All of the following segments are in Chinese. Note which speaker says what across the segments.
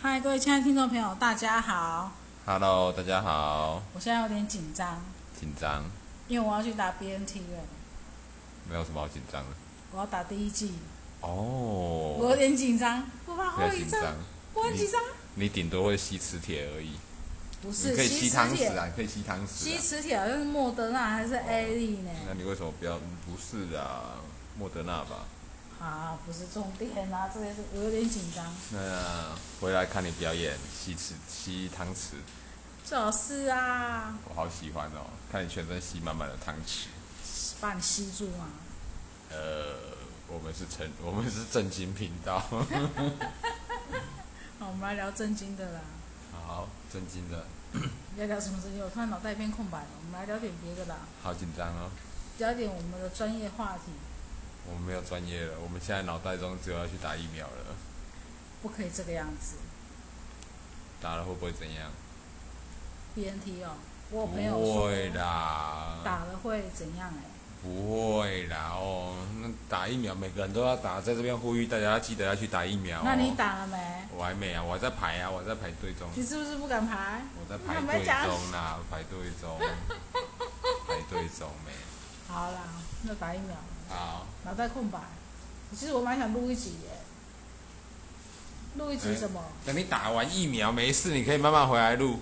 Speaker 1: 嗨，各位亲爱的听众朋友，大家好！
Speaker 2: Hello，大家好，
Speaker 1: 我现在有点紧张，
Speaker 2: 紧张，
Speaker 1: 因为我要去打 BNT 了，
Speaker 2: 没有什么好紧张的。
Speaker 1: 我要打第一剂，
Speaker 2: 哦，
Speaker 1: 我有点紧张，我怕
Speaker 2: 不要
Speaker 1: 后遗
Speaker 2: 紧
Speaker 1: 症
Speaker 2: 张，，
Speaker 1: 我很紧张。
Speaker 2: 你顶多会吸磁铁而已。
Speaker 1: 不
Speaker 2: 你
Speaker 1: 是
Speaker 2: 可以吸
Speaker 1: 吸
Speaker 2: 汤
Speaker 1: 磁铁，
Speaker 2: 匙啊，你可以吸汤匙
Speaker 1: 吸
Speaker 2: 啊。
Speaker 1: 磁铁好像是莫德纳还是 A 利呢？
Speaker 2: 那你为什么不要？不是啊，莫德纳吧？
Speaker 1: 啊，不是重点啊，这个是我有点紧张。
Speaker 2: 那回来看你表演，吸磁吸汤匙，
Speaker 1: 最好是啊，
Speaker 2: 我好喜欢哦，看你全身吸满满的汤匙。
Speaker 1: 把你吸住嘛。
Speaker 2: 呃，我们是正 我们是正经频道，
Speaker 1: 好，我们来聊正经的啦。
Speaker 2: 好正经的，
Speaker 1: 要聊什么正经？我突然脑袋一片空白了。我们来聊点别的啦，
Speaker 2: 好紧张哦。
Speaker 1: 聊点我们的专业话题。
Speaker 2: 我们没有专业了，我们现在脑袋中只有要去打疫苗了。
Speaker 1: 不可以这个样子。
Speaker 2: 打了会不会怎样？
Speaker 1: BNT 哦，我有
Speaker 2: 不
Speaker 1: 朋友说
Speaker 2: 会啦，
Speaker 1: 打了会怎样哎、
Speaker 2: 不会啦哦。那打疫苗，每个人都要打，在这边呼吁大家记得要去打疫苗、哦。
Speaker 1: 那你？打了没？
Speaker 2: 我还没啊，我还在排啊，我还在排队中，
Speaker 1: 你是不是不敢排？
Speaker 2: 我在
Speaker 1: 你
Speaker 2: 排
Speaker 1: 干嘛
Speaker 2: 队
Speaker 1: 讲
Speaker 2: 中啦，排队中， 排队中没。
Speaker 1: 好啦，那打疫苗，
Speaker 2: 好，
Speaker 1: 脑袋空白。其实我蛮想录一集耶、录一集
Speaker 2: 哎
Speaker 1: 什么？
Speaker 2: 等你打完疫苗没事，你可以慢慢回来录。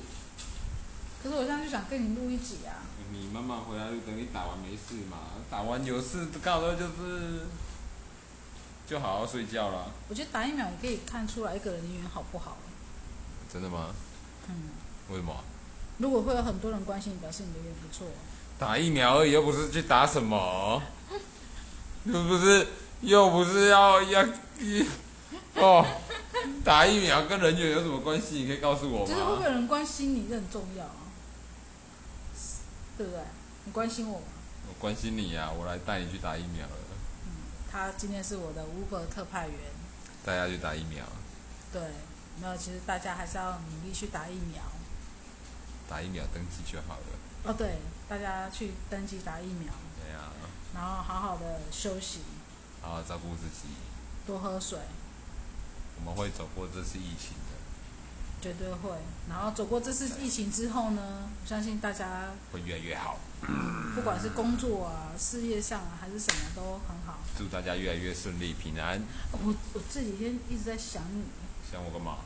Speaker 1: 可是我现在就想跟你录一集啊。
Speaker 2: 你慢慢回来录，等你打完没事嘛，打完有事到时候就是就好好睡觉啦。
Speaker 1: 我觉得打疫苗也可以看出来一个人人缘好不好。
Speaker 2: 真的吗？
Speaker 1: 嗯，
Speaker 2: 为什么？
Speaker 1: 如果会有很多人关心你，表示你的缘不错。
Speaker 2: 打疫苗而已，又不是去打什么，又不是又不是要要哦，打疫苗跟人员有什么关系？你可以告诉我
Speaker 1: 就是会不会
Speaker 2: 吗？
Speaker 1: 有人关心你，这很重要啊，对不对？你关心我吗？
Speaker 2: 我关心你呀、啊，我来带你去打疫苗了，
Speaker 1: 他今天是我的 Uber 特派员，
Speaker 2: 大家去打疫苗，
Speaker 1: 对，没有，其实大家还是要努力去打疫苗。
Speaker 2: 打疫苗登记就好了。
Speaker 1: 哦，对，大家去登记打疫苗，
Speaker 2: 对呀、
Speaker 1: 然后好好的休息，
Speaker 2: 好好照顾自己，
Speaker 1: 多喝水，
Speaker 2: 我们会走过这次疫情的，
Speaker 1: 绝对会。然后走过这次疫情之后呢，我相信大家
Speaker 2: 会越来越好。
Speaker 1: 不管是工作啊、事业上啊，还是什么都很好。
Speaker 2: 祝大家越来越顺利平安。
Speaker 1: 我我这几天一直在想你，
Speaker 2: 想我干嘛？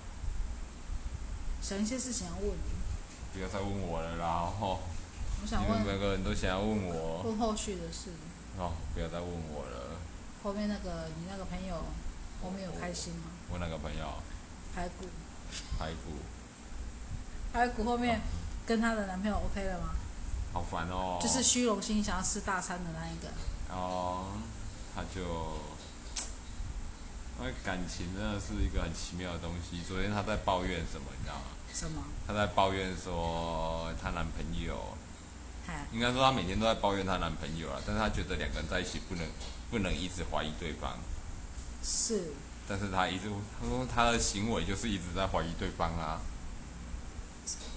Speaker 1: 想一些事情要问你，
Speaker 2: 不要再问我了啦！哦，
Speaker 1: 我想
Speaker 2: 你们
Speaker 1: 问
Speaker 2: 每个人都想要问我。
Speaker 1: 问后续的事。
Speaker 2: 哦，不要再问我了。
Speaker 1: 后面那个你那个朋友后面有开心吗？
Speaker 2: 我那个朋友
Speaker 1: 排骨。
Speaker 2: 排骨，
Speaker 1: 排骨后面跟她的男朋友 OK 了吗？
Speaker 2: 好烦哦。
Speaker 1: 就是虚荣心想要吃大餐的那一个，
Speaker 2: 哦，他就，那感情真的是一个很奇妙的东西。昨天她在抱怨什么，你知道吗？
Speaker 1: 什么？
Speaker 2: 她在抱怨说她男朋友，
Speaker 1: 嗨，
Speaker 2: 应该说她每天都在抱怨她男朋友啊，但是她觉得两个人在一起不能不能一直怀疑对方，
Speaker 1: 是
Speaker 2: 但是她一直她说她的行为就是一直在怀疑对方啊。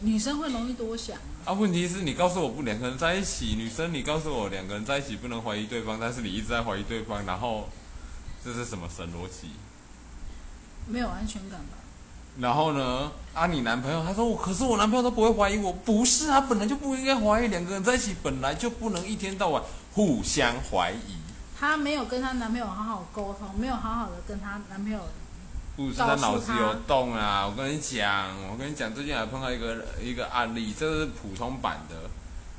Speaker 1: 女生会容易多想啊，
Speaker 2: 啊，问题是你告诉我不两个人在一起，女生你告诉我两个人在一起不能怀疑对方，但是你一直在怀疑对方，然后这是什么神逻辑？
Speaker 1: 没有安全感吧？
Speaker 2: 然后呢？啊，你男朋友他说我，可是我男朋友都不会怀疑我，不是啊，本来就不应该怀疑，两个人在一起本来就不能一天到晚互相怀疑，
Speaker 1: 她没有跟她男朋友好好沟通，没有好好的跟她男朋友，
Speaker 2: 不是他脑子有洞啊！我跟你讲，我跟你讲，最近还碰到一个一个案例，这是普通版的，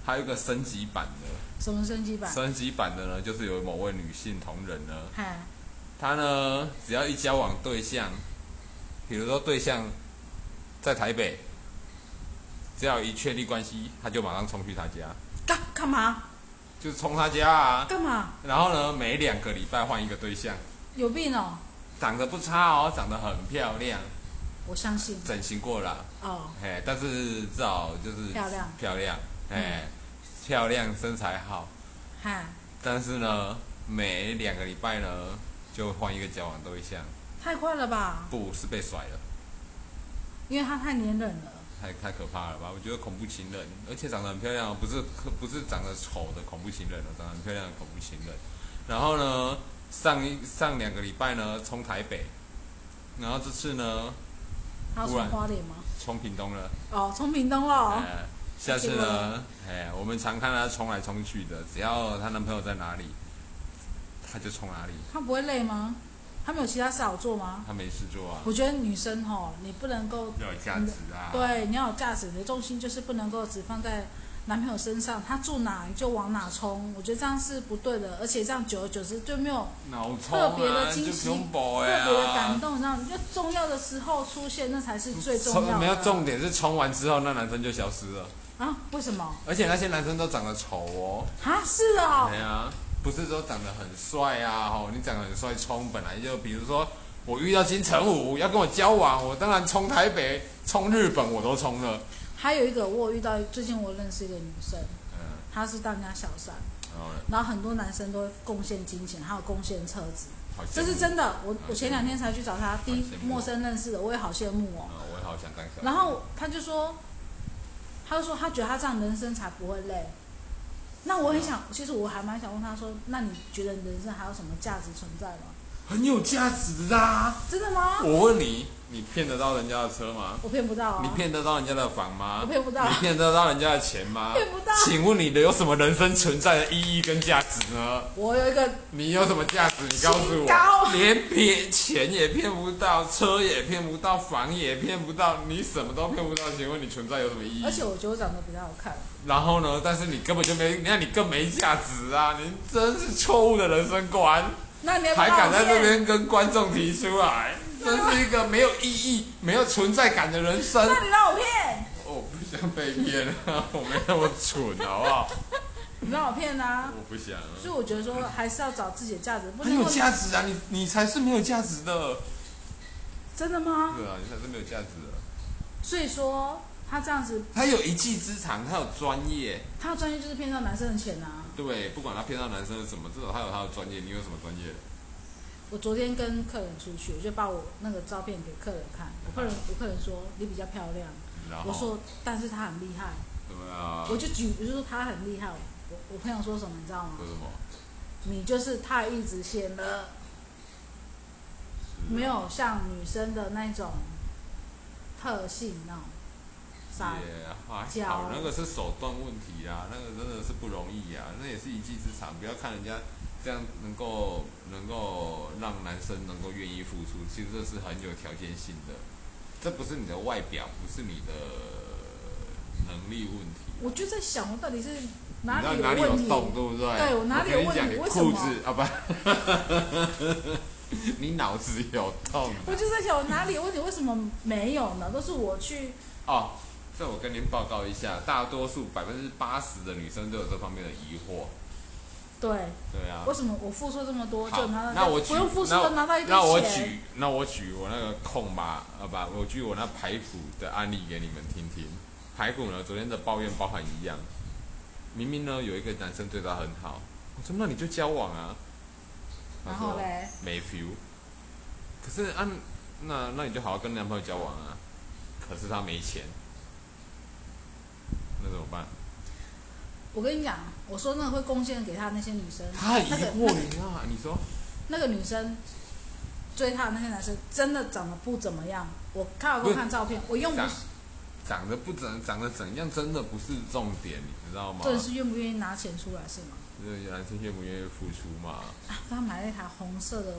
Speaker 2: 还有一个升级版的，
Speaker 1: 什么升级版？
Speaker 2: 升级版的呢，就是有某位女性同仁呢。
Speaker 1: 嗨，
Speaker 2: 他呢，只要一交往对象，比如说对象在台北，只要一确立关系，他就马上冲去他家，
Speaker 1: 干干嘛？
Speaker 2: 就是冲他家啊。
Speaker 1: 干嘛？
Speaker 2: 然后呢，每两个礼拜换一个对象，
Speaker 1: 有病哦！
Speaker 2: 长得不差哦，长得很漂亮，
Speaker 1: 我相信
Speaker 2: 整形过了，
Speaker 1: 哦，
Speaker 2: 嘿，但是至少就是
Speaker 1: 漂亮嗯
Speaker 2: 漂亮，哎，漂亮身材好，
Speaker 1: 嗨，
Speaker 2: 但是呢，每两个礼拜呢就换一个交往对象，
Speaker 1: 太快了吧？
Speaker 2: 不是被甩了。
Speaker 1: 因为她太粘人了，
Speaker 2: 太太可怕了吧？我觉得恐怖情人，而且长得很漂亮哦，不是不是长得丑的恐怖情人哦，长得很漂亮的恐怖情人。然后呢，上一上两个礼拜呢，冲台北，然后这次呢，
Speaker 1: 还有
Speaker 2: 忽然
Speaker 1: 从花莲吗？
Speaker 2: 冲屏东了。
Speaker 1: 哦，从屏东了。
Speaker 2: 呃，下次呢，哎，我们常看她冲来冲去的，只要她男朋友在哪里，她就冲哪里，
Speaker 1: 她不会累吗？她没有其他事好做吗？
Speaker 2: 她没事做啊，
Speaker 1: 我觉得女生吼，你不能够
Speaker 2: 要有价值啊。
Speaker 1: 对，你要有价值，你的重心就是不能够只放在男朋友身上，他住哪你就往哪冲，我觉得这样是不对的，而且这样久而久之就没有
Speaker 2: 脑冲啊，
Speaker 1: 特别的
Speaker 2: 你
Speaker 1: 惊
Speaker 2: 就
Speaker 1: 喜
Speaker 2: 不用保
Speaker 1: 特
Speaker 2: 哎
Speaker 1: 别的感
Speaker 2: 啊。
Speaker 1: 动，你知道吗？就重要的时候出现，那才是最重要的。
Speaker 2: 没有重点是冲完之后，那男生就消失了，
Speaker 1: 啊？为什么？
Speaker 2: 而且那些男生都长得丑哦。
Speaker 1: 啊，是哦
Speaker 2: 对，啊，不是说长得很帅啊，吼，你长得很帅冲本来就，比如说我遇到金城武要跟我交往，我当然冲台北、冲日本我都冲了。
Speaker 1: 还有一个，我有遇到最近我认识一个女生，
Speaker 2: 嗯，
Speaker 1: 她是当人家小三，
Speaker 2: 然后呢，
Speaker 1: 然后很多男生都会贡献金钱，还有贡献车子，
Speaker 2: 好羡慕
Speaker 1: 这是真的。我
Speaker 2: 好
Speaker 1: 我前两天才去找她，第一
Speaker 2: 羡慕
Speaker 1: 陌生认识的，我也好羡慕哦。
Speaker 2: 啊，我也好想当小。
Speaker 1: 然后他就说，他就说他觉得他这样人生才不会累。那我很想，其实我还蛮想问他说，那你觉得你人生还有什么价值存在吗？
Speaker 2: 很有价值的啊！
Speaker 1: 真的吗？
Speaker 2: 我问你，你骗得到人家的车吗？
Speaker 1: 我骗不到
Speaker 2: 你
Speaker 1: 啊！
Speaker 2: 骗得到人家的房吗
Speaker 1: 我？骗不到
Speaker 2: 你骗啊得到人家的钱吗？
Speaker 1: 骗不到
Speaker 2: 请问你的有什么人生存在的意义跟价值呢？
Speaker 1: 我有一个
Speaker 2: 你有什么价值？你告诉
Speaker 1: 清
Speaker 2: 我
Speaker 1: 高，
Speaker 2: 连骗钱也骗不到，车也骗不到，房也骗不到，你什么都骗不到，请问你存在有什么意义？
Speaker 1: 而且我觉得我长得比较好看，
Speaker 2: 然后呢？但是你根本就没，那你更没价值啊！你真是错误的人生观，
Speaker 1: 那你要不
Speaker 2: 还
Speaker 1: 要把
Speaker 2: 敢在
Speaker 1: 哎我哎
Speaker 2: 这
Speaker 1: 骗？
Speaker 2: 边跟观众提出来，真是一个没有意义、没有存在感的人生。
Speaker 1: 那你让我骗，
Speaker 2: 我不想被骗啊！我没那么蠢，好不 好？
Speaker 1: 你让我骗啊！
Speaker 2: 我不想啊。
Speaker 1: 所以我觉得说还是要找自己的价值，不
Speaker 2: 很
Speaker 1: 能
Speaker 2: 有
Speaker 1: 够
Speaker 2: 价值啊！你你才是没有价值的。
Speaker 1: 真的吗？
Speaker 2: 对啊，你才是没有价值的。
Speaker 1: 所以说他这样子，
Speaker 2: 他有一技之长，他有专业，
Speaker 1: 他的专业就是骗到男生的钱啊。
Speaker 2: 对，不管他骗到男生是什么，至少他有他的专业。你有什么专业？
Speaker 1: 我昨天跟客人出去，我就把我那个照片给客人看。我
Speaker 2: 嗯
Speaker 1: 客人，我客人说你比较漂亮。
Speaker 2: 然后
Speaker 1: 我说，但是她很厉害。
Speaker 2: 对啊，
Speaker 1: 我就举，我就说她很厉害。我我朋友说什么，你知道吗？
Speaker 2: 说什么？
Speaker 1: 你就是太一直显得没有像女生的那种特性那种傻。
Speaker 2: 也还好
Speaker 1: 脚，
Speaker 2: 那个是手段问题啊，那个真的是不容易啊，那也是一技之长。不要看人家这样能够能够让男生能够愿意付出，其实这是很有条件性的。这不是你的外表，不是你的能力问题。
Speaker 1: 我就在想，我到底是哪
Speaker 2: 你
Speaker 1: 里
Speaker 2: 知道哪里有
Speaker 1: 问题？
Speaker 2: 洞，对不对？
Speaker 1: 对我哪里有
Speaker 2: 跟你讲
Speaker 1: 问题
Speaker 2: 你
Speaker 1: 为什
Speaker 2: 裤
Speaker 1: 么
Speaker 2: 子啊不， 你脑子有 洞啊
Speaker 1: 我就在想，我哪里有问题？为什么没有呢？都是我去
Speaker 2: 哦。这我跟您报告一下，大多数百分之八十的女生都有这方面的疑惑。
Speaker 1: 对。
Speaker 2: 对啊，
Speaker 1: 为什么我付出这么多
Speaker 2: 好
Speaker 1: 就拿到？
Speaker 2: 那我举
Speaker 1: 不用付出
Speaker 2: 那
Speaker 1: 了拿到一堆
Speaker 2: 那我
Speaker 1: 钱，
Speaker 2: 举那我举我那个控吧，啊不，我举我那排骨的案例给你们听听。排骨呢，昨天的抱怨包含一样，明明呢有一个男生对她很好，我说那你就交往啊，
Speaker 1: 然
Speaker 2: 她
Speaker 1: 后
Speaker 2: 说
Speaker 1: 嘞，
Speaker 2: 没 feel。可是啊，那那你就好好跟男朋友交往啊。可是他没钱，那怎么办？
Speaker 1: 我跟你讲，我说那个会贡献给他那些女生，
Speaker 2: 他很疑
Speaker 1: 那个
Speaker 2: 惑，你知道吗？啊你说
Speaker 1: 那个女生追他的那些男生真的长得不怎么样，我看我
Speaker 2: 不是
Speaker 1: 过看照片，我用不
Speaker 2: 长长得不怎长得怎样，真的不是重点，你知道吗？
Speaker 1: 这是愿不愿意拿钱出来是吗？
Speaker 2: 就是男生愿不愿意付出嘛？
Speaker 1: 啊，他买了一台红色的，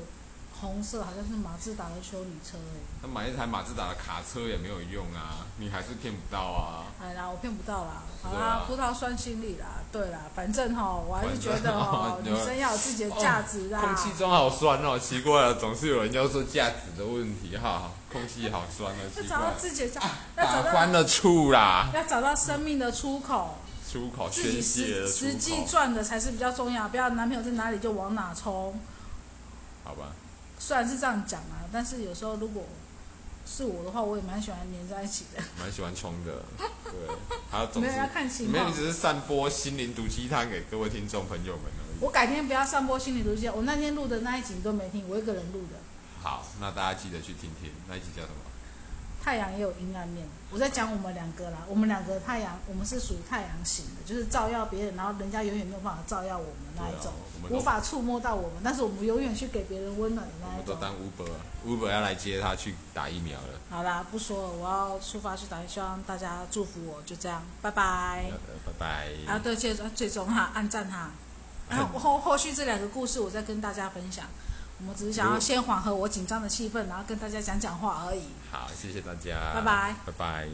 Speaker 1: 红色好像是马自达的修理车哎、
Speaker 2: 他买一台马自达的卡车也没有用啊，你还是骗不到啊。
Speaker 1: 哎啦，我骗不到啦，好
Speaker 2: 对啊
Speaker 1: 啦，葡萄酸心理啦，对啦，反正哈，我还是觉得 哈，
Speaker 2: 反正哦
Speaker 1: 女生要有自己的价值啦。
Speaker 2: 空气中好酸哦，奇怪了，总是有人要说价值的问题哈。空气好酸哦，
Speaker 1: 要
Speaker 2: 奇
Speaker 1: 找
Speaker 2: 怪啊
Speaker 1: 到。自己的价，要
Speaker 2: 打
Speaker 1: 找到
Speaker 2: 翻了醋啦，
Speaker 1: 要找到生命的出口，
Speaker 2: 出口
Speaker 1: 自
Speaker 2: 宣
Speaker 1: 己
Speaker 2: 泄
Speaker 1: 实
Speaker 2: 的
Speaker 1: 实
Speaker 2: 出
Speaker 1: 际
Speaker 2: 口，
Speaker 1: 赚的才是比较重要，不要男朋友在哪里就往哪冲。
Speaker 2: 好吧？
Speaker 1: 虽然是这样讲啊，但是有时候如果是我的话，我也蛮喜欢黏在一起的。
Speaker 2: 蛮喜欢冲的，对。还有 总
Speaker 1: 没
Speaker 2: 哦是
Speaker 1: 有要看情
Speaker 2: 没有，
Speaker 1: 况
Speaker 2: 你。只是散播心灵毒鸡汤给各位听众朋友们而已。
Speaker 1: 我改天不要上播心理毒鸡汤，我那天录的那一集你都没听，我一个人录的。
Speaker 2: 好，那大家记得去听听，那一集叫什么？
Speaker 1: 太阳也有阴暗面。我在讲我们两个啦，我们两个太阳，我们是属于太阳型的，就是照耀别人，然后人家永远没有办法照耀我们那一
Speaker 2: 对
Speaker 1: 种
Speaker 2: 啊，我们都
Speaker 1: 无法触摸到我们，但是我们永远去给别人温暖的
Speaker 2: 我
Speaker 1: 那
Speaker 2: 们
Speaker 1: 一
Speaker 2: 都
Speaker 1: 种。
Speaker 2: 当 Uber 啊，Uber 要来接他去打疫苗了。
Speaker 1: 好啦，不说了，我要出发去打疫苗，希望大家祝福我，就这样，拜拜。
Speaker 2: 呃拜拜。
Speaker 1: 哎啊，对，最最终哈，按赞哈。然后后后续这两个故事，我再跟大家分享。我们只是想要先缓和我紧张的气氛，然后跟大家讲讲话而已。
Speaker 2: 好，谢谢大家，
Speaker 1: 拜拜，
Speaker 2: 拜拜。